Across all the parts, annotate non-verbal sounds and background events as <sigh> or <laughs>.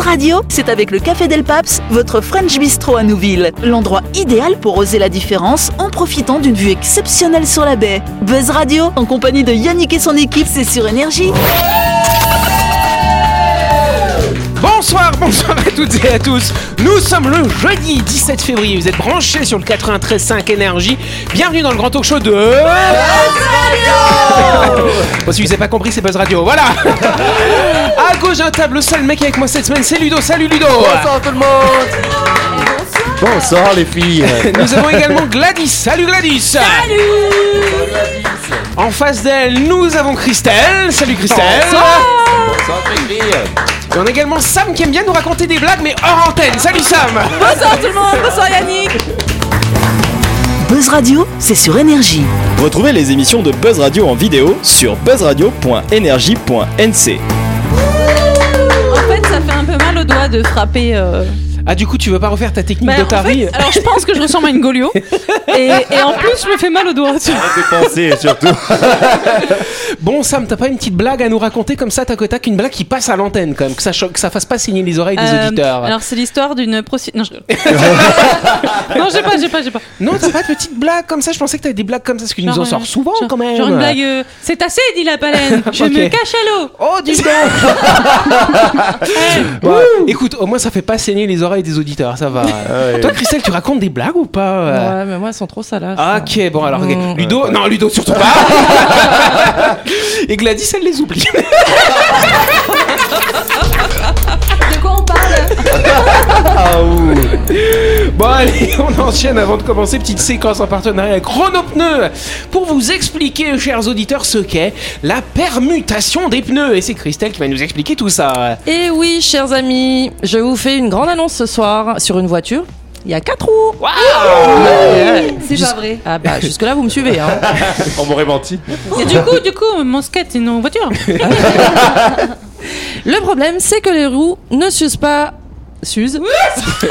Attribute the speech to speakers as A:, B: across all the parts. A: radio, c'est avec le Café Del Paps, votre French Bistro à Nouville. L'endroit idéal pour oser la différence en profitant d'une vue exceptionnelle sur la baie. Buzz Radio, en compagnie de Yannick et son équipe, c'est sur Énergie.
B: Bonsoir, bonsoir à toutes et à tous. Nous sommes le jeudi 17 février. Vous êtes branchés sur le 93.5 Énergie. Bienvenue dans le grand talk show de. Buzz Radio <laughs> Bon, si vous n'avez pas compris, c'est Buzz Radio. <laughs> Voilà À gauche d'un table, le seul mec avec moi cette semaine, c'est Ludo. Salut Ludo
C: Bonsoir tout le monde Bonsoir les filles
B: Nous avons également Gladys. Salut Gladys Salut En face d'elle, nous avons Christelle. Salut Christelle
C: Bonsoir les filles
B: Et on a également Sam qui aime bien nous raconter des blagues, mais hors antenne. Salut Sam
D: Bonsoir tout le monde, bonsoir Yannick.
A: Buzz Radio, c'est sur Énergie.
E: <laughs> Retrouvez les émissions de Buzz Radio en vidéo sur buzzradio.energie.nc.
D: En fait, ça fait un peu mal au doigt de frapper. euh,
B: Ah, du coup, tu veux pas refaire ta technique
D: bah, en
B: d'Otari
D: fait, alors je pense que je ressemble à une Golio et, et en plus je me fais mal au doigt. tu vois.
C: Pensez surtout
B: Bon, Sam, t'as pas une petite blague à nous raconter comme ça, tac au tac, une blague qui passe à l'antenne quand même, que ça, cho- que ça fasse pas signer les oreilles des
D: Euh,
B: auditeurs.
D: alors c'est l'histoire d'une prostituée. Non, je rigole.
B: <laughs>
D: non, j'ai pas, j'ai pas, j'ai pas.
B: Non, t'as pas de petite blague comme ça, je pensais que t'avais des blagues comme ça, parce qu'ils nous en
D: Genre,
B: sortent
D: euh,
B: souvent
D: genre-
B: quand même.
D: Genre une blague. euh, c'est assez, dit
B: <laughs>
D: la baleine. Je me
B: Ok.
D: cache à l'eau.
B: Oh,
D: <laughs>
B: dis donc Bon, Écoute, au moins ça fait pas saigner les oreilles des auditeurs, ça
D: <laughs>
B: va.
D: Ah
B: Toi, Christelle, tu racontes des blagues ou pas euh
F: Ouais, mais moi, elles sont trop salaces.
B: Ok, bon alors, ok.
F: Mm.
B: Ludo, non, Ludo surtout pas. <laughs> Et Gladys, elle les oublie.
D: De quoi on parle
B: Bon allez, <laughs> on enchaîne avant de commencer. Petite séquence en partenariat avec Renault Pneus pour vous expliquer, chers auditeurs, ce qu'est la permutation des pneus. Et c'est Christelle qui va nous expliquer tout ça.
F: Et oui, chers amis, je vous fais une grande annonce ce soir sur une voiture. Il y a quatre roues.
B: Eh
D: C'est pas vrai.
F: Ah bah jusque là vous me suivez. Hein.
C: On m'aurait menti
D: Et du coup, du coup, mon skate, c'est
B: <laughs>
D: une voiture.
F: Le problème, c'est que les roues ne s'usent pas. S'usent.
D: Ah, tu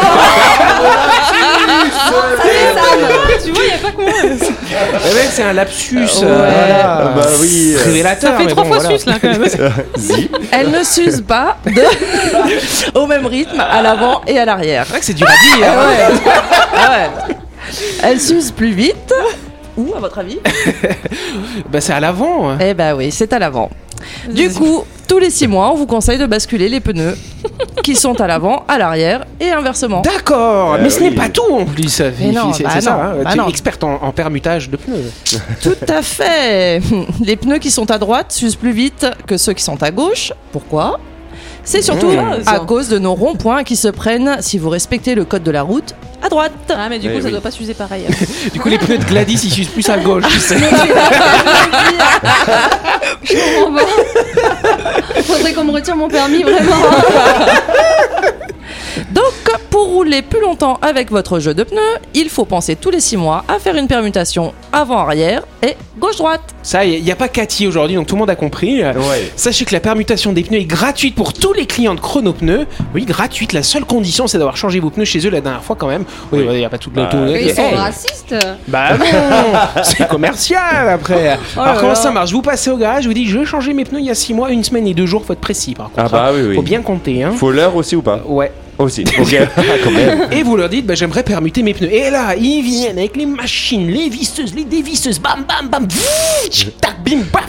D: vois, y a pas que moi.
B: Eh ben, c'est un lapsus.
F: ouais.
C: Ah bah oui euh,
B: Révélateur,
D: Ça fait
B: mais
D: trois
B: bon,
D: fois
B: voilà.
D: sus là
B: <laughs>
D: quand même.
F: Elles ne s'usent pas de- au même rythme à l'avant et à l'arrière.
B: C'est vrai que c'est dur à dire.
F: Ah ouais. Ah ouais. Elles s'usent plus vite. Ou à votre avis
B: Bah, c'est à l'avant.
F: Eh bah oui, c'est à l'avant. Du coup, tous les six mois, on vous conseille de basculer les pneus qui sont à l'avant, à l'arrière et inversement.
B: D'accord, mais ce
C: oui.
B: n'est pas tout en plus. C'est
F: non,
B: c'est
F: bah
B: ça,
F: non,
B: hein.
F: bah
B: tu
F: non.
B: es experte en, en permutage de pneus.
F: Tout à fait. <laughs> Les pneus qui sont à droite s'usent plus vite que ceux qui sont à gauche. Pourquoi C'est surtout
D: Mmh.
F: à cause de nos ronds-points qui se prennent, si vous respectez le code de la route, à droite.
D: Ah mais du coup,
C: Eh
D: ça
C: oui.
D: doit pas s'user
B: <laughs>
D: pareil.
B: Du coup, les pneus de Gladys, ils s'usent plus à gauche. tu sais.
D: Faudrait qu'on me retire mon permis vraiment.
F: Donc, pour rouler plus longtemps avec votre jeu de pneus, il faut penser tous les six mois à faire une permutation avant-arrière et gauche-droite.
B: Ça, il n'y a pas Cathy aujourd'hui, donc tout le monde a compris.
C: Ouais
B: Sachez que la permutation des pneus est gratuite pour tous les clients de Chrono Pneus. Oui, gratuite. La seule condition, c'est d'avoir changé vos pneus chez eux la dernière fois quand même. Oui, il n'y a pas
C: Bah,
B: toute l'auto.
G: Mais Ils sont
B: Hey.
G: racistes
B: Eh.
C: Ah
B: Bah non <laughs> C'est commercial après
G: Oh
B: Alors
D: là
B: comment
D: là.
B: ça marche Vous passez au garage, vous dites j'ai changé mes pneus il y a 6 mois, une semaine et deux jours, faut être précis par contre.
C: Ah bah oui, oui.
B: Faut bien compter hein.
C: Faut l'heure aussi ou pas
B: Ouais. <laughs>
C: Aussi <laughs> Ok
B: Ah,
C: Quand même
B: Et vous leur dites, bah, j'aimerais permuter mes pneus. Et là, ils viennent avec les machines, les visseuses, les dévisseuses, bam, bam, bam, vich, tac, bim, bam.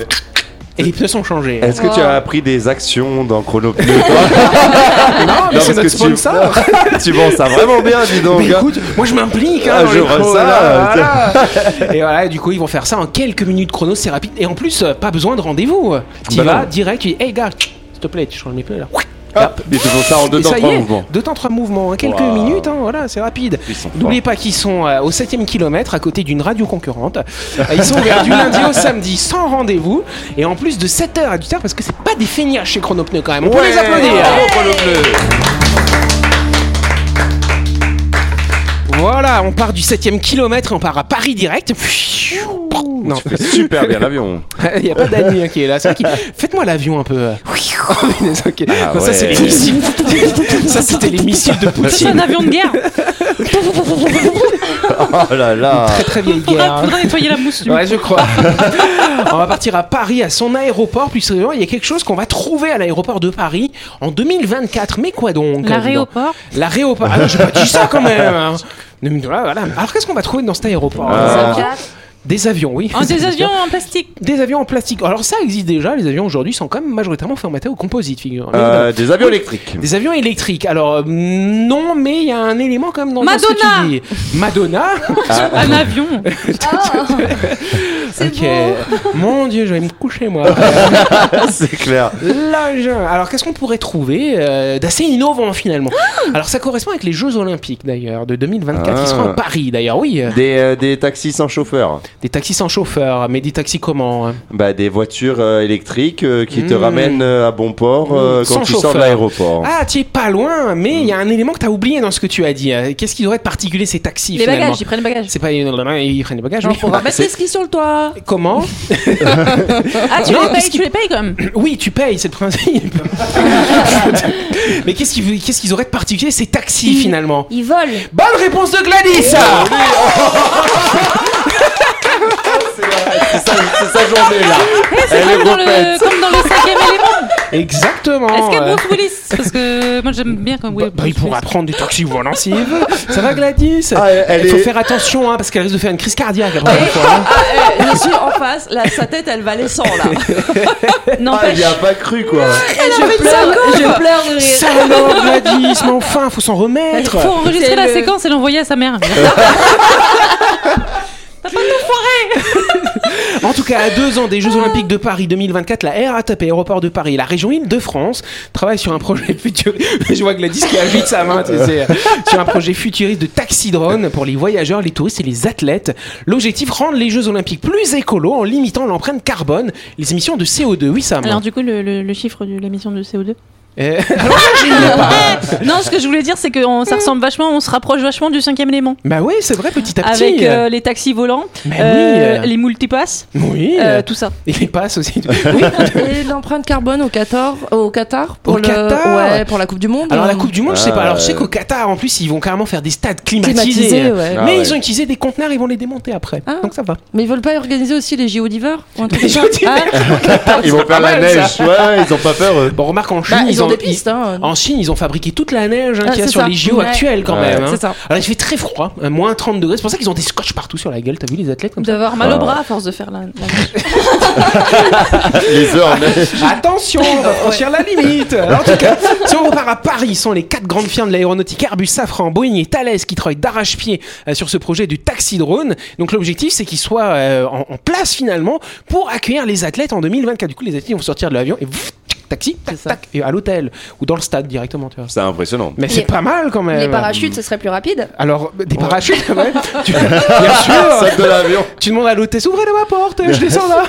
B: Et les pneus sont changés.
C: Est-ce que tu as appris des actions
B: <laughs>
C: dans Chrono Pneu, toi
B: Non, Ah, mais
C: Non,
B: c'est
C: parce
B: notre
C: que tu-
B: sponsor.
C: <laughs> Tu vends ça vraiment bien dis donc hein.
B: Mais écoute, moi je m'implique. Hein,
C: Ah,
B: dans
C: je
B: les
C: vois
B: pros,
C: ça,
B: voilà, voilà. Et voilà, et du coup, ils vont faire ça en quelques minutes chrono, c'est rapide. Et en plus, euh, pas besoin de rendez-vous. Tu
C: Bah
B: vas
C: non.
B: direct, tu dis, hey gars, s'il te plaît, tu changes mes pneus là.
C: Hop Ah, Ils te font ça en
B: bah,
C: deux
B: Et
C: temps
B: ça y
C: trois
B: est,
C: mouvements
B: deux temps, trois mouvements, hein, quelques
C: Waouh.
B: minutes, hein, voilà, c'est rapide.
C: Ils sont forts.
B: N'oubliez pas qu'ils sont euh, au 7 kilomètre, à côté d'une radio concurrente. Euh, Ils sont ouverts du lundi au samedi, sans rendez-vous. Et en plus de 7h à 8h, parce que c'est pas des feignasses chez Chronopneu quand même. On peut les applaudir.
C: Bravo, Chrono Pneu.
B: Voilà, on part du 7 kilomètre, on part à Paris direct. Non,
C: Tu fais super bien l'avion
B: <laughs> il n'y a pas d'ami hein, qui est là. C'est vrai qu'il- Faites-moi l'avion un peu. euh. <laughs> Ok.
C: Ah
B: Non, ça, c'est
C: ouais.
B: les missiles. <laughs> ça, c'était les missiles de
D: Ça c'est
B: Poutine.
D: un avion de guerre.
C: Oh là là.
B: Très <laughs> très vieille guerre. hein.
D: Faudra nettoyer la mousse.
B: Ouais, je crois. <laughs> on va partir à Paris, à son aéroport. Plus sérieusement, il y a quelque chose qu'on va trouver à l'aéroport de Paris en 2024. Mais quoi donc
D: L'aéroport.
B: L'aéroport. Ah non, j'ai pas dit ça quand même. hein. Ne me- voilà, voilà. Alors qu'est-ce qu'on va trouver dans cet aéroport hein?
C: Ah.
B: Des avions, oui.
D: En Ah, des avions en plastique.
B: Des avions en plastique. Alors ça existe déjà. Les avions aujourd'hui sont quand même majoritairement formatés au composite, figure.
C: Euh, des avions électriques.
B: Des avions électriques. Alors euh, non, mais il y a un élément quand même dans dans ce
D: Madonna.
B: que
D: Oh,
B: tu dis.
D: <laughs>
B: Madonna. Ah,
D: Un avion.
F: C'est
B: Ok. Mon Dieu, je vais me coucher moi.
C: <laughs> C'est clair.
B: L'âge. Alors qu'est-ce qu'on pourrait trouver euh, d'assez innovant finalement
D: Ah
B: Alors ça correspond avec les Jeux Olympiques d'ailleurs de 2024
C: Ah.
B: qui seront à Paris d'ailleurs. Oui, euh,
C: Des, euh, des taxis sans chauffeur.
B: des taxis sans chauffeur, mais des taxis comment hein
C: Bah, des voitures euh, électriques euh, qui te
B: Mm.
C: ramènent euh, à bon port euh,
B: Mm.
C: quand
B: Sans
C: tu sors de
B: chauffeur.
C: l'aéroport.
B: Ah, tu es pas loin, mais il
C: Mmh.
B: y a un élément que tu as oublié dans ce que tu as dit. Euh, Qu'est-ce qui devrait être particulier ces taxis
D: Les
B: finalement
D: bagages, ils prennent les bagages.
B: C'est pas euh, ils prennent des bagages.
F: Genre,
B: mais-
F: on va
D: Bah,
F: mettre les skis sur le toit.
B: <laughs> Comment
D: Ah, tu
B: Non,
D: les
B: parce
D: payes,
B: que-
D: tu les payes quand même.
B: Oui, tu payes, c'est le principe.
C: <laughs>
B: mais qu'est-ce qu'ils qu'est-ce qu'ils auraient de particulier ces taxis finalement
G: Ils volent.
B: Bonne réponse de Gladys
C: Eh C'est sa, c'est sa journée
B: <laughs>
C: là. Elle est
D: Ah, Comme dans le,
C: refaite.
D: comme dans le cinquième élément.
B: Exactement.
D: Est-ce qu'il y a
B: euh,
D: Bruce Willis Parce que moi j'aime bien quand
B: bah,
D: Will.
B: bah, il pourra prendre des taxis volants s'il veut. Ça va Gladys
C: Ah, elle- elle
B: Il faut
C: est-
B: faire attention hein, parce qu'elle risque de faire une crise cardiaque la prochaine fois.
C: <laughs>
B: hein.
F: Eh, je suis en face, là, sa tête, elle va les 100 là. <laughs>
C: Ah, il y a pas cru quoi.
F: je pleure, je pleure de rire.
B: Salaud Gladys, mais enfin, faut s'en
D: Il
B: remettre.
D: faut enregistrer
F: C'est
D: la
F: le-
D: séquence et l'envoyer à sa mère.
B: En tout cas, à deux ans des Jeux Olympiques de Paris 2024, la RATP, Aéroport de Paris et la région Île-de-France travaille sur un projet <laughs> futuriste. Je vois Gladys qui agite sa main, hein, tu sais, sur un projet futuriste de taxi drone pour les voyageurs, les touristes et les athlètes. L'objectif rendre les Jeux Olympiques plus écolos en limitant l'empreinte carbone, les émissions de CO2. Oui, Sam. <laughs>
D: Alors du coup, le, le- le chiffre de l'émission de <laughs> CO2
B: Euh, alors là, j'y ai pas.
D: Non, ce que je voulais dire, c'est que on- ça ressemble vachement, on se rapproche vachement du cinquième élément.
B: Bah oui, c'est vrai, petit à petit.
D: Avec euh, les taxis volants,
B: Mais
D: euh,
B: oui.
D: les multipasses,
B: Oui.
D: euh, tout ça.
B: Et les passes aussi.
F: Et l'empreinte carbone au Qatar, au Qatar pour
B: Au
F: le,
B: Qatar
F: ouais, pour la Coupe du Monde. Euh,
B: Alors la Coupe du Monde, je sais pas. Alors je sais
C: Ah,
B: qu'au Qatar, en plus, ils vont carrément faire des stades climatisés.
F: climatisée, ouais.
C: Ah
B: mais
C: ouais.
B: ils ont utilisé des conteneurs, ils vont les démonter après.
F: Ah.
B: Donc ça va.
F: Mais ils veulent pas organiser aussi les JO d'hiver ou un truc
B: Les
F: comme ça
B: JO d'hiver.
F: Ah,
C: Ils vont faire la
B: mal,
C: neige. Ouais, ils ont pas peur euh, <laughs> eux.
B: Bon, remarque en Chine,
F: bah, ils, ont,
B: ont
F: des pistes. Hein.
B: ils- En Chine, ils ont fabriqué toute la neige hein,
F: Ah,
B: qu'il y a
F: c'est
B: sur
F: ça.
B: les JO
F: Ouais.
B: actuels quand
C: Ouais.
B: même. hein.
F: C'est ça.
B: Alors il fait très froid, hein, moins 30 degrés. C'est pour ça qu'ils ont des scotch partout sur la gueule. T'as vu les athlètes comme ça
D: D'avoir mal au bras à force de faire la. la-
C: Les heures neige.
B: <laughs> Attention, on va franchir la limite. <laughs> Alors, en tout cas, si on repart à Paris, ce sont les quatre grandes firmes de l'aéronautique Airbus, Safran, Boeing et Thales qui travaillent d'arrache-pied euh, sur ce projet du taxi drone. Donc l'objectif, c'est qu'ils soient euh, en, en place finalement pour accueillir les athlètes en 2024. Du coup, les athlètes vont sortir de l'avion et pff, taxi, tac, tac, et à l'hôtel ou dans le stade directement. Tu vois.
C: C'est impressionnant.
B: Mais c'est
G: Les-
B: pas mal quand
G: Les
B: même.
G: parachutes, ce serait plus rapide.
B: Alors, des parachutes, ouais. Tu- bien sûr.
C: Sac de l'avion.
B: Tu demandes à l'hôtesse, ouvrez-la ma porte, je descends là.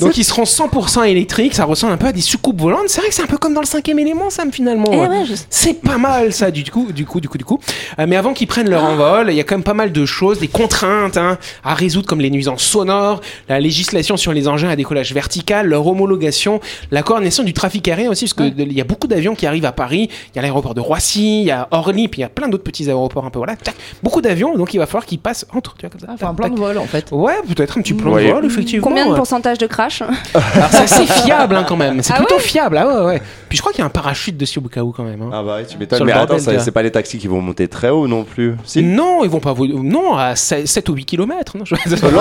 B: Donc ils seront 100% électriques, ça ressemble un peu à des soucoupes volantes. C'est vrai que c'est un peu comme dans le cinquième élément, Sam, finalement.
D: Eh ouais, je-
B: C'est pas mal ça, du coup, du coup, du coup, du coup. Euh, mais avant qu'ils prennent leur envol, il y a quand même pas mal de choses, des contraintes hein, à résoudre, comme les nuisances sonores, la législation sur les engins à décollage vertical, leur homologation, la coordination du trafic aérien aussi, parce qu'il il y a beaucoup d'avions qui arrivent à Paris. Il y a l'aéroport de Roissy, il y a Orly, puis il y a plein d'autres petits aéroports un peu, voilà. tac. Beaucoup d'avions, donc il va falloir qu'ils passent entre, tu vois, comme
G: Ah,
B: ça.
F: Enfin,
B: tac,
F: plein
B: tac.
F: de vols en fait.
B: Ouais, peut-être un petit plan
C: Ouais.
B: de vol, effectivement.
G: Combien de pourcentage de
B: <laughs>
G: crash
B: Alors, c'est assez fiable hein, quand même. C'est
G: Ah
B: plutôt fiable, ah ouais, ouais. Puis je crois qu'il y a un parachute dessus au cas où quand même. hein.
C: Ah bah ouais, tu
B: Sur
C: m'étonnes.
B: le
C: Mais
B: bordel,
C: attends,
B: déjà.
C: ça- c'est pas les taxis qui vont monter très haut non plus. Si.
B: Non, ils vont pas vous. Non, à 7, ou 8 km. Non, je-
C: <laughs> Non,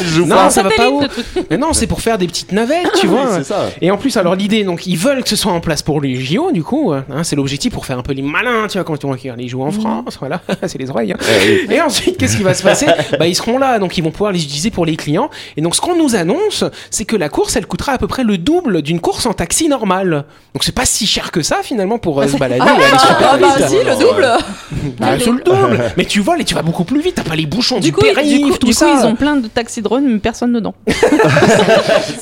C: je- je joue
B: Non,
C: pas.
B: ça va pas
D: Satellite,
B: haut.
D: le truc.
B: Mais non, c'est pour faire des petites navettes, tu
C: Oui,
B: vois. hein.
C: c'est ça.
B: Et en plus, alors l'idée, donc ils veulent que ce soit en place pour les JO, du coup, hein, c'est l'objectif pour faire un peu les malins, tu vois, quand on va les JO en France, voilà, <laughs> c'est les oreilles. hein.
C: Eh
B: Et ensuite, qu'est-ce qui va se
C: <laughs>
B: passer Bah, ils seront là, donc ils vont pouvoir les utiliser pour les clients. Et donc, ce qu'on nous annonce, c'est que la course, elle coûtera à peu près le double d'une course en taxi normale. Donc, c'est pas si cher que ça finalement pour euh, se balader. et aller super
F: Ah bah
B: vite.
F: si, le double
B: Bah, c'est le double. Mais tu voles et tu vas beaucoup plus vite. T'as pas les bouchons du,
D: Du coup, ils-
B: périph',
D: du coup-
B: tout
D: du coup,
B: ça.
D: ils ont plein de taxis drones, mais personne dedans.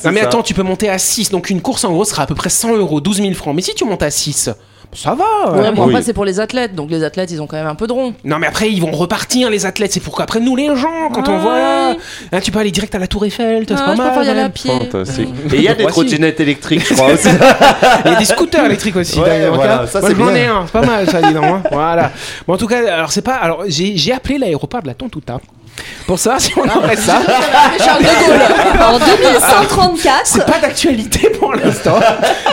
B: Non mais
C: ça.
B: attends, tu peux monter à 6, donc une course en gros sera à peu près 100 euros, 12 000 francs. Mais si tu montes à 6, Ça va.
F: Ouais, bon,
E: Oui.
F: Après, c'est pour les athlètes, donc les athlètes, ils ont quand même un peu de rond.
B: Non, mais après, ils vont repartir, les athlètes. C'est pour qu'après, nous, les gens, quand on
F: Ah Ouais.
B: voit. Hein, tu peux aller direct à la Tour Eiffel, toi, c'est
F: Ah,
B: pas
F: je
B: mal.
F: préfère y aller à
B: hein.
F: pied.
C: Fantastique. Et il y a des
B: Voici.
C: trottinettes électriques, <laughs> je crois aussi.
B: Il y a des scooters électriques aussi.
C: Ouais,
B: d'ailleurs,
C: voilà,
B: regarde.
C: ça,
B: Moi,
C: c'est
B: je m'en
C: bien.
B: ai un, c'est pas mal ça, dis donc. hein. Voilà. Bon, en tout cas, alors c'est pas. Alors, j'ai j'ai appelé l'aéroport de la Tontouta pour savoir si on aurait ça.
G: Charles de Gaulle en
B: C'est
G: 2134.
B: pas d'actualité pour l'instant,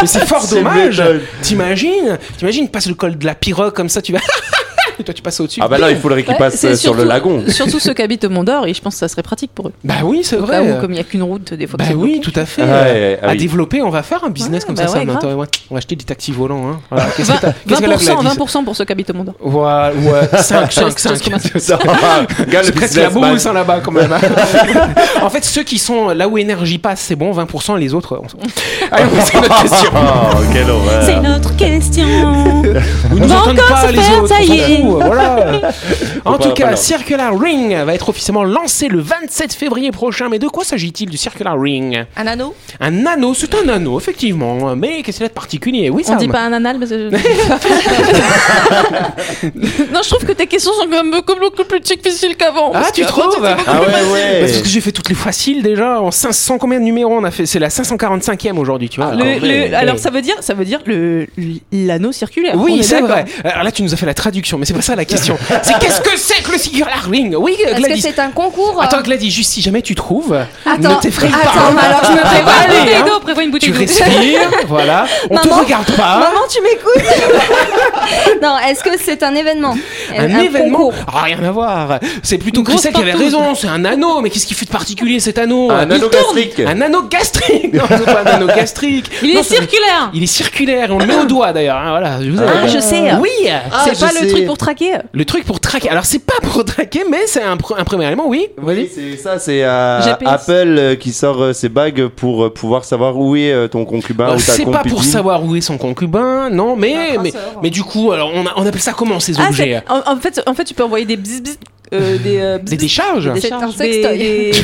B: mais c'est fort
C: C'est
B: dommage.
C: métal.
B: T'imagines T'imagines, passe le col de la pirogue comme ça, tu vas. Et toi, tu passes au-dessus.
C: Ah bah là, il faudrait qu'il
D: Ouais,
C: passe
D: c'est
C: euh, sur le
D: surtout-
C: lagon.
D: Surtout ceux qui habitent au Mont d'Or, et je pense que ça serait pratique pour eux.
B: Bah oui, c'est
D: Là
B: vrai.
D: où, comme il n'y a qu'une route, des fois. que
B: Bah
D: c'est
B: oui,
D: bloqué.
B: tout à fait.
C: Ah ouais, ah
B: à
C: oui.
B: développer, on va faire un business
D: Ouais,
B: comme
D: bah
B: ça.
D: ouais,
B: ça
D: grave.
B: m'intéresse. Ouais, on va acheter des taxis volants. Hein. Voilà, qu'est-ce que t'as- qu'est-ce
D: 20%,
B: qu'elle a, Gladys
D: 20% pour ceux qui habitent au Mont d'Or.
B: Ouais, <laughs> ouais, 5, 5,
D: <laughs> c'est
B: 5.
C: Gars,
B: C'est presque
C: le
B: la
C: Ah, businessman.
B: bourse hein, là-bas quand même. <laughs> en fait, ceux qui sont là où énergie passe, c'est bon, 20%, les autres, on s'en fout. Allez, on passe à Ah notre question. <laughs>
C: Oh, quelle
D: C'est
C: horreur.
D: notre question.
B: Ils nous
D: va
B: entendent
D: encore
B: pas,
D: se
B: les
D: faire,
B: autres,
D: ça
B: on s'en
D: y est.
B: fout, <laughs> voilà. En
C: Faut
B: tout
C: pas-
B: cas,
C: pas leur-
B: Circular Ring va être officiellement lancé le 27 février prochain. Mais de quoi s'agit-il du Circular Ring
F: Un anneau
B: Un anneau, c'est un anneau, effectivement. Mais qu'est-ce qu'il y a de particulier Oui,
D: On
B: ça.
D: dit pas un anal parce que je- Non, je trouve que tes questions sont quand même beaucoup, beaucoup plus difficiles qu'avant.
B: Ah,
D: parce
B: tu
D: que-
B: trouves
C: Ah ouais,
B: Bah,
C: ouais.
B: c'est parce que j'ai fait toutes les faciles déjà en 500 combien de numéros on a fait c'est la 545e aujourd'hui tu vois
C: Ah,
B: Alors,
D: Le-
C: quand même.
D: le- alors ça veut dire, ça veut dire le l'anneau circulaire. On
B: oui
D: est
B: c'est
D: d'accord.
B: vrai alors là tu nous as fait la traduction mais c'est pas ça la question c'est qu'est-ce que c'est que le circular ring oui
G: Est-ce que
B: Gladys
G: c'est un concours euh,
B: attends Gladys juste si jamais tu trouves
G: Attends,
B: ne t'effraie pas
G: attends, alors je me
B: Ah,
G: prépare.
D: Prévois une
B: allez,
D: bouteille
B: hein.
D: d'eau, prévois une bouteille
B: tu
D: d'eau.
G: <laughs>
B: respires voilà on te
G: Maman.
B: regarde pas
G: Maman, tu m'écoutes <laughs> Non, est-ce que c'est un événement
B: un, événement
G: concours
B: Ah, rien à voir c'est plutôt
D: Une grosse
B: Christelle qui avait
D: partouze.
B: raison c'est un anneau mais qu'est-ce qu'il fait de particulier cet anneau
C: Un anneau gastrique.
B: un anneau gastrique non c'est pas un anneau gastrique
D: Il
B: Non,
D: est
B: c'est-
D: circulaire.
B: Il est circulaire et on le met au doigt d'ailleurs. hein, voilà, je vous avais
D: Ah,
B: dit.
D: je sais.
B: Oui.
D: C'est
C: Ah, je
D: pas le
C: sais.
D: truc pour traquer.
B: Le truc pour traquer. Alors c'est pas pour traquer, mais c'est un, pr- un premier élément, oui.
C: Oui, c'est ça, c'est euh,
D: GPS.
C: Apple euh, qui sort euh, ses bagues pour euh, pouvoir savoir où est euh, ton concubin
B: Alors,
C: ou ta
B: Bah, c'est
C: concubine.
B: pas pour savoir où est son concubin, non, mais mais, mais du coup, alors on, a- on appelle ça comment ces
D: Ah,
B: objets
D: c'est- en, en fait, en fait, tu peux envoyer des bzz bzz, euh, des euh, bzz
B: Des décharges.
D: bzz, des
G: C'est
D: charges,
G: un
D: des- <laughs>
G: sextoy.
D: des- des-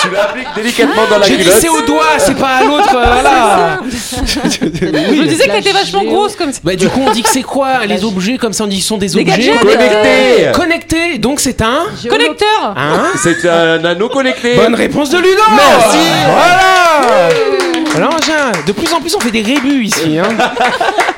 C: Tu l'appliques délicatement dans la
B: J'ai dit
C: culotte.
B: c'est au doigt, c'est pas à l'autre, euh,
D: <laughs>
B: voilà.
D: Je me
B: Oui.
D: disais qu'elle était vachement grosse comme ça.
B: Bah, du coup, on dit que c'est quoi les objets comme ça On dit qu'ils sont des, objets
D: gadgets.
C: Connecté.
B: connectés. Donc c'est un,
D: Connecteur.
B: hein
C: C'est un anneau connecté.
B: Bonne réponse de Ludo
C: Merci.
B: Voilà L'engin De plus en plus, on fait des rébus ici. <laughs> hein.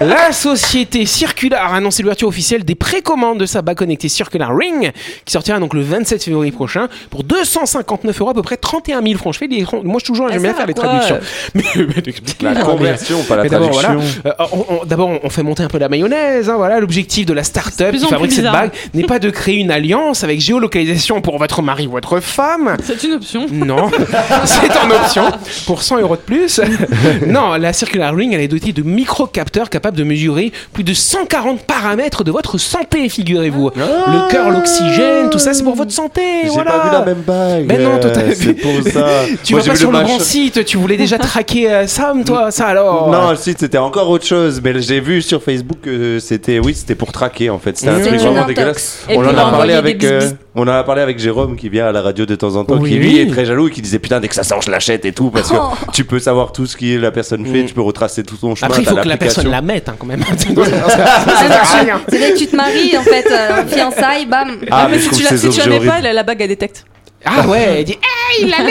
B: La société Circular a annoncé l'ouverture officielle des précommandes de sa bague connectée Circular Ring, qui sortira donc le 27 février prochain pour 259 euros, à peu près 31 000 francs. Je fais des... Moi, je toujours, j'aime bien
D: Ah, ça
B: faire les
D: va, <laughs>
B: traductions. <laughs> Mais, mais
C: La
B: mais-
C: conversion, pas la
B: mais d'abord,
C: traduction.
B: voilà, euh, on- on- d'abord, on, on fait monter un peu la mayonnaise. hein, voilà, l'objectif de la
D: C'est de
B: start-up
D: plus
B: qui
D: en plus
B: fabrique cette
D: bizarre.
B: bague n'est pas de créer une alliance avec géolocalisation pour votre mari ou votre femme.
D: C'est une option.
B: Non, <laughs> c'est en option pour 100 euros de plus. <laughs> Non, la Circular Ring, elle est dotée de micro-capteurs capables de mesurer plus de 140 paramètres de votre santé, figurez-vous. Le cœur, l'oxygène, tout ça, c'est pour votre santé.
C: Ah. J'ai
B: voilà.
C: pas vu la même bague.
B: Mais non, tout à
C: euh,
B: fait.
C: C'est pour ça.
B: <laughs> Tu
C: Moi,
B: vas
C: j'ai
B: pas
C: vu
B: sur le,
C: match- Mm.
B: grand site, tu voulais déjà traquer euh, Sam, toi, ça alors
C: Non, le site c'était encore autre chose, mais j'ai vu sur Facebook que c'était, oui, c'était pour traquer en fait. C'était un
B: C'est
C: truc
G: une
C: vraiment
G: intox.
C: dégueulasse.
D: Et
C: on
D: puis,
C: en
D: on
C: a parlé
D: envoyait
C: avec,
D: des
C: euh,
D: bisbis.
C: on en a parlé avec Jérôme qui vient à la radio de temps en temps,
B: Oui.
C: qui lui est très jaloux et qui disait putain dès que ça sort je l'achète et tout parce que
G: Oh.
C: tu peux savoir tout ce que la personne fait,
B: Mm.
C: tu peux retracer tout son chemin.
B: Après, il
C: t'as
B: faut que la
C: l'application.
B: personne la mette hein, quand
C: <laughs>
B: même. ça sert à rien.
G: C'est vrai que tu te maries en fait, euh, fiançailles, bam.
C: Ah, mais
D: mais
C: je
D: si
C: trouve
D: tu, la,
C: ces
D: si tu la
C: objets
D: mets pas,
B: <laughs>
C: horribles.
D: la, la bague elle détecte.
B: Ah ouais, elle dit
C: Le salaud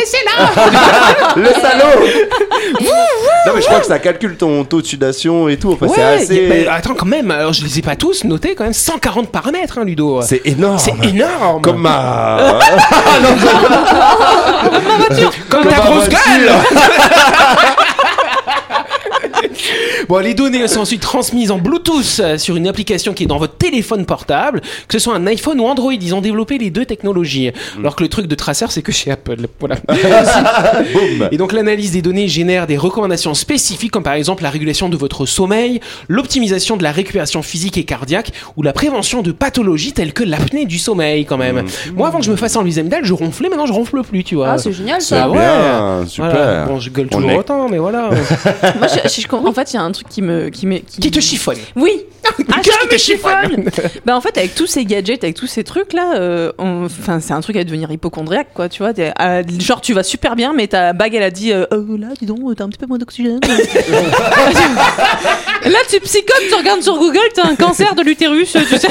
C: Non mais je crois que ça calcule ton taux de sudation et tout. Enfin,
B: eh Ouais,
C: c'est
B: y a-
C: assez.
B: bah, attends, quand même, alors je les ai pas tous notés, quand même, 140 paramètres, hein, Ludo.
C: C'est énorme.
B: C'est énorme.
C: <laughs> Comme <laughs> ma.
B: Comme ta
C: ma
B: grosse
C: voiture.
B: gueule <laughs> Bon, les données sont ensuite transmises en Bluetooth euh, sur une application qui est dans votre téléphone portable, que ce soit un iPhone ou Android. Ils ont développé les deux technologies. Alors que le truc de traceur, c'est que chez Apple. <laughs> Voilà.
C: Boum.
B: Et donc l'analyse des données génère des recommandations spécifiques comme par exemple la régulation de votre sommeil, l'optimisation de la récupération physique et cardiaque ou la prévention de pathologies telles que l'apnée du sommeil quand même. Moi avant que je me fasse enlever Zemdal, je ronflais, maintenant je ronfle plus, tu vois.
G: Ah, c'est génial
C: C'est
G: ça.
B: ouais.
C: bien, super.
B: Voilà. Bon, je gueule
C: On
B: toujours
C: est-
B: <laughs> autant, mais voilà.
D: Moi, je- je- je- en fait, il y a un truc qui me, qui me,
B: Qui te chiffonne
D: Oui.
B: Comme
D: Acheter
B: des
D: des
B: chiffons.
D: chiffons Bah en fait avec tous ces gadgets, avec tous ces trucs là, enfin c'est un truc à devenir hypochondriaque quoi, tu vois. t'es- ah, genre tu vas super bien, mais ta bague elle a dit euh, Euh, là dis donc euh, t'as un petit peu moins d'oxygène. là tu psychotes, tu regardes sur Google, t'as un cancer de l'utérus, tu sais.
B: <laughs>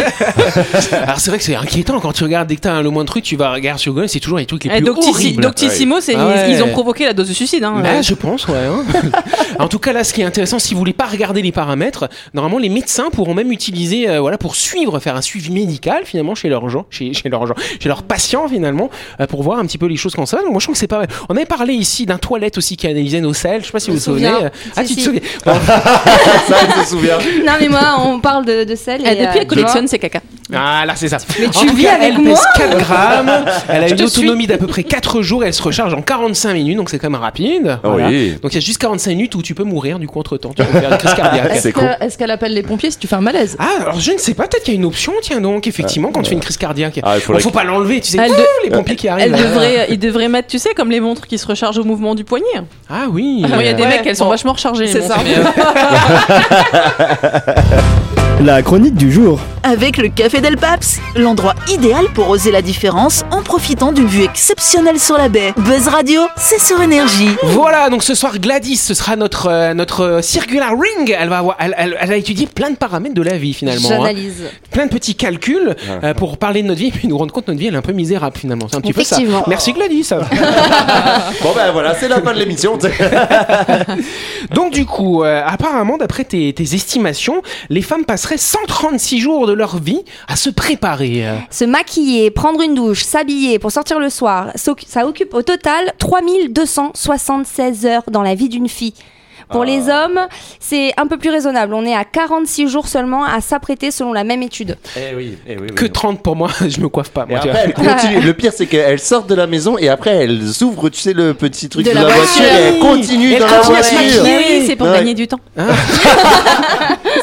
B: Alors c'est vrai que c'est inquiétant quand tu regardes dès que t'as un- le moins de trucs, tu vas regarder sur Google, c'est toujours les trucs les
D: Eh,
B: plus
D: Doctici-
B: horribles.
D: Doctissimo, c'est
B: Ah ouais.
D: ils, ils ont provoqué la dose de suicide. Hein,
B: Bah,
D: Euh,
B: je pense, ouais. hein. <laughs> en tout cas, là, ce qui est intéressant, si vous voulez pas regarder les paramètres, normalement, les médecins pourront même utiliser, euh, voilà, pour suivre, faire un suivi médical finalement chez leurs gens, chez, chez leurs gens, chez leurs patients finalement, euh, pour voir un petit peu les choses comme ça. Donc, moi, je trouve que c'est pas mal. On avait parlé ici d'un toilette aussi qui analysait nos selles. Je sais pas si vous vous souvenez.
G: souviens.
B: Ah,
G: Si,
B: tu te
G: si.
B: souviens Bon,
C: Ça, je me souviens.
G: Non, mais moi, on parle de, de sel.
D: eh,
G: et,
D: depuis,
G: euh,
D: elle collectionne ses caca.
B: Ah là c'est ça. Mais
G: tu vis avec
B: elle
G: moi
B: pèse 4 grammes, elle a
D: Je
B: une
D: te suis.
B: autonomie d'à peu près 4 jours, elle se recharge en 45 minutes, donc c'est quand même rapide.
C: Ah
B: Voilà.
C: oui.
B: Donc il y a juste 45 minutes où tu peux mourir du coup entre temps, tu peux faire une crise cardiaque.
C: <laughs> C'est
F: Est-ce que-
C: con.
F: est-ce qu'elle appelle les pompiers si tu fais un malaise
B: Ah alors je ne sais pas, peut-être qu'il y a une option, tiens donc effectivement quand tu fais une crise cardiaque.
C: Ah, il
B: Bon,
C: faut
B: faut,
C: la-
B: pas l'enlever, tu sais,
D: Elle
B: ouh,
D: de-
B: les pompiers qui arrivent.
D: Elle devrait, ils devraient mettre, tu sais, comme les montres qui se rechargent au mouvement du poignet.
B: Ah oui.
D: Moi, il y a des
F: Ouais,
D: mecs, elles sont
F: bon.
D: vachement rechargées. les
F: C'est
D: montres.
F: ça.
D: Mais, euh,
E: La chronique du jour.
A: Avec le Café Del Paps, l'endroit idéal pour oser la différence en profitant d'une vue exceptionnelle sur la baie. Buzz Radio, c'est sur énergie.
B: Voilà, donc ce soir Gladys, ce sera notre euh, notre euh, circular ring. Elle va avoir, elle, elle- elle a étudié plein de paramètres de la vie finalement. hein.
G: J'analyse.
B: plein de petits calculs euh, pour parler de notre vie <laughs> et puis nous rendre compte que notre vie elle est un peu misérable finalement. C'est un petit peu ça.
G: Effectivement.
B: Merci Gladys.
G: <laughs>
C: Bon, ben voilà, c'est la fin de l'émission. tu sais.
B: Donc du coup, euh, apparemment d'après tes, tes estimations, les femmes passeraient 136 jours de leur vie à se préparer. euh.
G: Se maquiller, prendre une douche, s'habiller pour sortir le soir, s'oc- ça occupe au total 3276 heures dans la vie d'une fille. Pour les hommes, c'est un peu plus raisonnable. On est à 46 jours seulement à s'apprêter selon la même étude.
C: Eh oui, eh <laughs> oui, oui.
B: Que 30 pour moi, <laughs> je me coiffe pas.
C: Et
B: Moi, tu vois.
C: après, elle continue. Le pire, c'est qu'elle sort de la maison et après, elle ouvre, tu sais, le petit truc
D: De
C: de,
D: la
C: la, voiture, et elle continue
B: Elle
C: dans la
B: continue à se
C: voiture.
B: maquiller.
H: Ah
D: oui, c'est pour
C: Ah Ouais.
D: gagner du temps.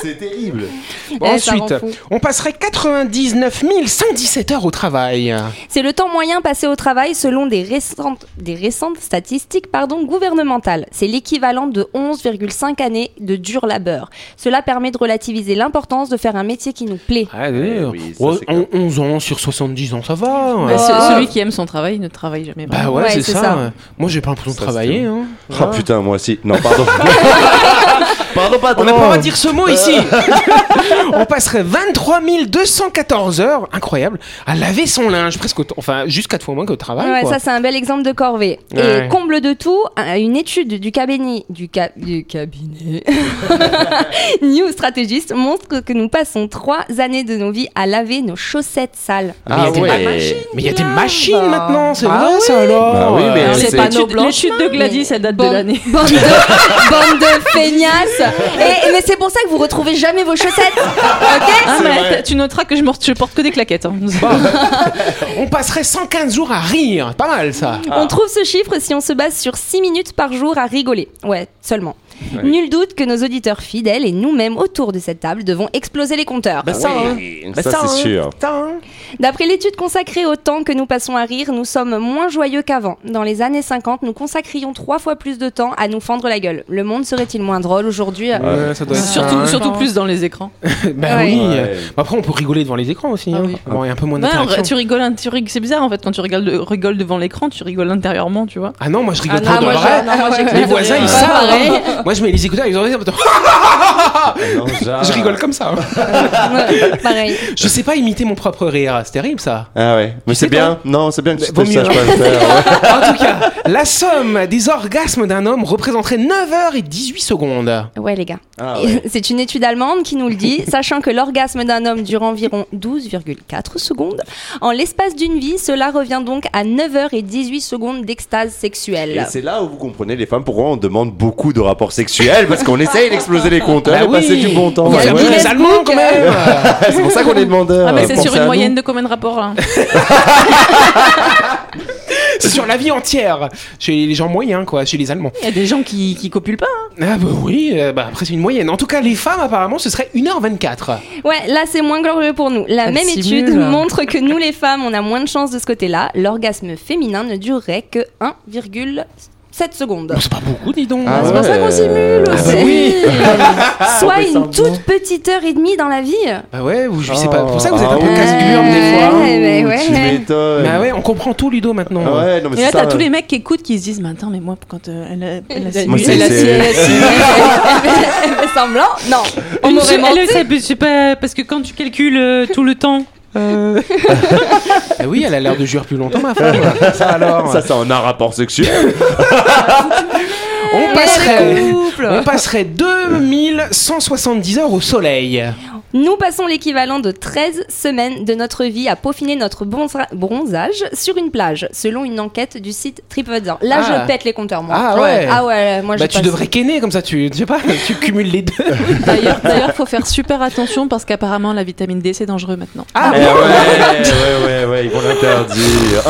C: C'est terrible.
B: Bon,
G: Eh, ça rend
B: ensuite,
G: fou.
B: on passerait 99 117 heures au
C: Eh
B: travail.
G: C'est le temps moyen passé au travail selon des récentes, des récentes statistiques pardon, gouvernementales. C'est l'équivalent de 11,5 années de dur labeur. Cela permet de relativiser l'importance de faire un métier qui nous plaît.
B: Ah,
C: Eh oui, ça, c'est clair.
B: 11 ans sur 70 ans, ça va. ouais.
D: Bah, ce-
G: Oh.
D: Celui qui aime son travail ne travaille jamais.
B: Bah
D: vraiment.
B: ouais,
G: Ouais,
B: c'est
G: c'est
B: ça.
G: ça.
B: Moi, j'ai pas l'impression de
C: Ça,
B: travailler. hein.
C: c'est- Oh putain, moi aussi. Non, <laughs> pardon. pardon, pardon.
B: On n'a pas le droit de dire ce mot ici. <laughs> on passerait 23 214 heures, incroyable, à laver son linge, presque autant, enfin juste 4 fois moins que le travail.
G: Ouais,
B: quoi.
G: ça c'est un bel exemple de corvée.
B: Ouais.
G: Et comble de tout, un- une étude du cabinet, du, ca-
B: <laughs>
G: du cabinet New Strategist montre que nous passons trois années de nos vies à laver nos chaussettes sales.
B: Mais il y
C: Ah
B: a des ma- mais il y a des machines
F: bah.
B: maintenant, c'est
F: Ah
B: vrai ça alors.
C: Bah oui, mais
B: Euh,
C: c'est-
D: C'est
C: C'est-
D: pas
F: l'étude-
D: L'étude de Gladys, elle date de
G: Bande,
D: l'année.
G: bande de, bande de feignasses. Et, et- mais c'est pour ça que vous retrouvez jamais vos chaussettes. Ok
D: Ah, mais
C: vrai.
D: t- tu noteras que je, morte- je porte que des claquettes. hein. <laughs>
B: Euh, on passerait 115 jours à rire, pas mal ça.
C: Ah.
G: On trouve ce chiffre si on se base sur 6 minutes par jour à rigoler. Ouais, seulement. Nul doute que nos auditeurs fidèles et nous-mêmes autour de cette table devons exploser les compteurs.
C: Bah, ça, hein. ça, c'est sûr.
G: D'après l'étude consacrée au temps que nous passons à rire, nous sommes moins joyeux qu'avant. Dans les années 50, nous consacrions trois fois plus de temps à nous fendre la gueule. Le monde serait-il moins drôle aujourd'hui euh,
C: Ouais.
B: Ouais, ça doit être ça,
D: Surtout,
B: hein.
D: surtout plus dans les écrans.
B: Bah
G: Ouais.
B: oui.
C: Ouais.
B: Bah, après, on peut rigoler devant les écrans aussi.
D: Ah
B: hein.
D: oui.
B: Bon, il y a un peu moins
D: Ouais, en
B: d'interaction.
D: vrai, tu rigoles, un- tu rigoles- c'est bizarre en fait quand tu rigoles, rigoles devant l'écran, tu rigoles intérieurement, tu vois.
B: Ah non, moi je rigole
D: Ah
B: pas
D: non,
B: de
D: moi,
B: vrai.
D: je- non, moi, j'éclate
B: Les
D: de
B: voisins,
D: rire.
B: ils
D: Pas
B: savent.
D: pareils.
B: hein. Moi, <laughs> je mets les écouteurs, ils ont raison.
C: <laughs> Non, ça-
B: Je rigole comme ça. hein.
G: ouais, Pareil.
B: Je sais pas imiter mon propre rire. C'est terrible ça.
C: Ah ouais, mais c'est
B: sais
C: bien. Non, c'est bien que tu
B: Vaut
C: te saches
B: mieux.
C: pas le faire. Ah ouais.
B: En tout cas, la somme des orgasmes d'un homme représenterait 9 heures et 18 secondes.
G: Ouais, les gars.
C: <laughs> Ah ouais.
G: <laughs> C'est une étude allemande qui nous
C: <laughs>
G: le dit, sachant que l'orgasme d'un homme dure environ 12,4 secondes. En l'espace d'une vie, cela revient donc à 9h18 secondes d'extase
C: Et
G: sexuelle.
C: c'est là où vous comprenez les femmes pourquoi on demande beaucoup de rapports sexuels parce qu'on essaye d'exploser les compteurs
B: Bah
C: et passer
B: oui.
C: du bon temps.
B: On va
G: Il y a
B: faire
G: le
B: mieux les
G: Guinness
B: Allemands
G: Book.
B: quand même.
C: <laughs> C'est pour ça qu'on est demandeur.
D: Ah, mais
C: euh,
D: c'est
C: pensez
D: sur
C: à
D: une
C: nous.
D: moyenne de combien de rapports là
B: C'est <laughs> sur la vie entière. Chez les gens moyens, quoi. Chez les Allemands.
D: Il y a des gens qui, qui copulent pas. hein.
B: Ah bah oui, euh, bah après c'est une moyenne. En tout cas, les femmes apparemment, ce serait 1h24.
G: Ouais, là c'est moins glorieux pour nous. La
F: Elle
G: même
F: simule.
G: étude montre que nous les femmes, on a moins de chance de ce côté-là. L'orgasme féminin ne durerait que 1,5 7 secondes.
B: Bon, c'est pas beaucoup, dis donc.
C: Ah
G: c'est pour
C: ouais.
G: ça qu'on simule
C: Ah bah
G: aussi.
B: oui.
G: <laughs> Soit
E: fait
G: une
E: semblant.
G: toute petite heure et demie dans la vie.
B: Bah ouais, ou je sais pas.
C: Oh.
B: Pour ça que vous êtes un peu
C: Ah ouais.
B: casse-gueule des fois.
G: Ouais, mais
C: Ouh, Tu
G: ouais.
C: m'étonnes.
B: Bah ouais, on comprend tout, Ludo, maintenant.
C: Ah ouais, non, mais
D: Et là,
C: c'est ça.
D: t'as tous les mecs qui écoutent qui se disent Mais attends, mais moi, quand euh, elle a- elle a
C: Moi,
D: simulé-
C: c'est-
D: elle a
C: c'est-
D: simulé-
G: Elle fait semblant Non, on m'aurait menti.
H: c'est pas parce que quand tu calcules euh, tout le temps. euh,
B: Ah oui, elle a l'air de jurer plus longtemps, ma
G: <laughs>
B: femme. ça alors.
C: Ça, c'est en un rapport sexuel.
B: on passerait.
G: Couple.
B: On passerait 2170 heures au soleil.
G: Nous passons l'équivalent de 13 semaines de notre vie à peaufiner notre bronza- bronzage sur une plage, selon une enquête du site TripAdvisor. Là,
B: Ah.
G: je pète les compteurs, moi.
B: Ah ouais.
G: Ah ouais, moi, je
B: bah tu
G: passe.
B: devrais kenner comme ça, tu, tu sais pas, <laughs> tu cumules les deux.
C: <laughs>
D: D'ailleurs, d'ailleurs, faut faire super attention parce qu'apparemment, la vitamine D, c'est dangereux maintenant.
B: Ah,
C: Eh ouais, ouais, Ah, ouais, ouais, ils vont l'interdire.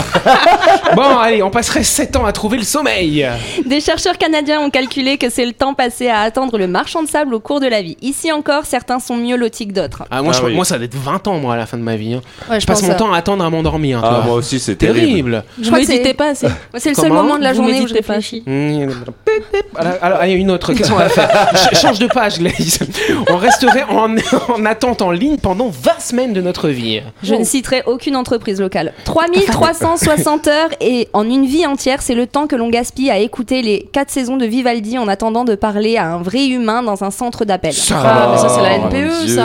B: Bon, allez, on passerait 7 ans à trouver le sommeil.
G: Des chercheurs canadiens ont calculé que c'est le temps passé à attendre le marchand de sable au cours de la vie. Ici encore, certains sont mieux lotis que d'autres.
B: Ah, moi,
C: Ah
B: je-
C: oui.
B: moi, ça va être 20 ans, moi, à la fin de ma vie. hein.
G: Ouais,
B: Je passe mon temps à attendre à m'endormir.
C: Ah,
B: toi.
C: moi aussi, c'est terrible.
B: Terrible.
D: Je
G: Je crois que
D: méditais
G: c'est-
D: pas assez.
G: C'est le seul
B: Comment
G: moment de la
D: Vous
G: journée où je
D: méditez pas.
G: réfléchis.
B: Mmh. Alors, alors, allez, une autre. Qu'est-ce qu'on va faire
C: <laughs>
B: Ch- Change de page, Gladys. On resterait en, <laughs> en attente en ligne pendant 20 semaines de notre vie.
G: Je ne citerai aucune entreprise locale.
B: <laughs>
G: 3360 heures et en une vie entière, c'est le temps que l'on gaspille à écouter les 4 saisons de Vivaldi en attendant de parler à un vrai humain dans un centre d'appel.
B: Ça
F: Ah, mais ça, c'est la
C: Oh,
D: E,
C: mon
F: NPE,
C: Dieu.
F: ça.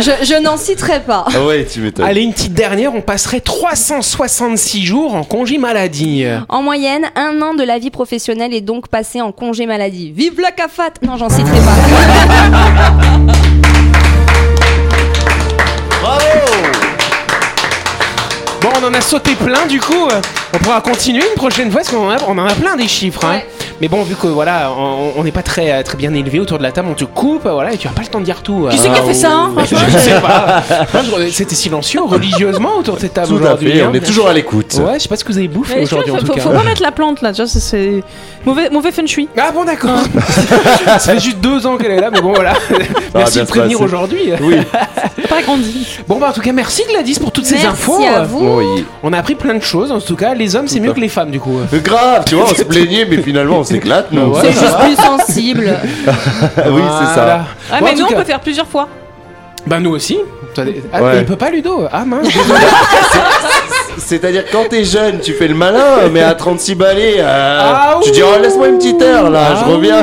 G: Je, je n'en citerai pas.
C: Ah ouais, tu m'étonnes.
B: Allez, une petite dernière. On passerait 366 jours en congé maladie.
G: En moyenne, un an de la vie professionnelle est donc passé en congé maladie. Vive la CAFAT Non, j'en citerai pas.
B: Bon, on en a sauté plein, du coup. euh, On pourra continuer une prochaine fois parce qu'on en a, on en a plein des chiffres. hein. Mais bon, vu que voilà, on on n'est pas très, euh, très bien élevé autour de la table, on te coupe, euh, voilà, et tu n'as pas le temps de dire tout. euh.
F: Qui c'est qui a fait ça hein, franchement
B: Je sais pas. Je- C'était silencieux religieusement autour de cette table
C: Tout à
B: aujourd'hui.
C: fait,
B: hein.
C: on est toujours à l'écoute.
B: Ouais, je sais pas ce que vous avez bouffé
H: mais je trouve
B: aujourd'hui en
H: qu'il
B: tout
H: faut,
B: cas.
H: faut pas mettre la plante là, tu vois, c'est- c'est mauvais, mauvais feng shui.
B: <laughs> Ah bon d'accord. <laughs> Ça fait juste deux ans qu'elle est là, mais bon
C: <laughs>
B: voilà.
C: bien
B: <laughs> merci de
C: se
B: prévenir
C: passer.
B: aujourd'hui.
C: Oui,
H: T'as pas grandi.
B: Bon bah en tout cas merci Gladys pour toutes ces
G: Merci
B: infos.
G: à vous.
C: oui.
B: On a appris plein de choses. En tout cas, les hommes c'est mieux que les femmes du
C: <laughs>
B: coup.
C: Mais Grave, tu vois, on se plaignait, mais finalement, on s'éclate, nous. <laughs>
B: Ouais, ça va.
G: Plus sensible.
C: Oui, c'est
B: Voilà.
C: ça.
H: Ah,
B: Bon, en
H: mais
B: tout
H: nous, on
B: cas-
H: peut faire plusieurs fois.
B: Bah nous aussi. Ah,
C: Ouais.
B: Il peut pas Ludo. Ah mince.
C: C'est-à-dire, quand t'es jeune, tu fais le malin, mais à 36 balais, euh,
B: Ah,
C: tu dis,
B: ouh.
C: oh, laisse-moi une petite heure, là,
B: Ah,
C: je reviens.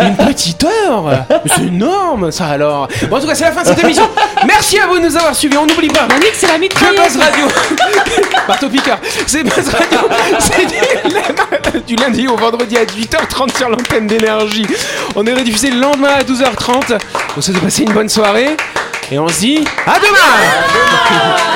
B: Une petite heure <laughs> Mais C'est énorme ça alors Bon en tout cas c'est la fin de cette émission Merci à vous de nous avoir suivis, on n'oublie pas
H: Yannick, c'est la
B: que
H: mitrailleuse.
B: Buzz Radio <laughs> Marteau Picard C'est Buzz Radio C'est du, du lundi au vendredi à 18h30 sur l'antenne d'énergie On est rediffusé le lendemain à 12h30 On se de passer une bonne soirée et on se dit à demain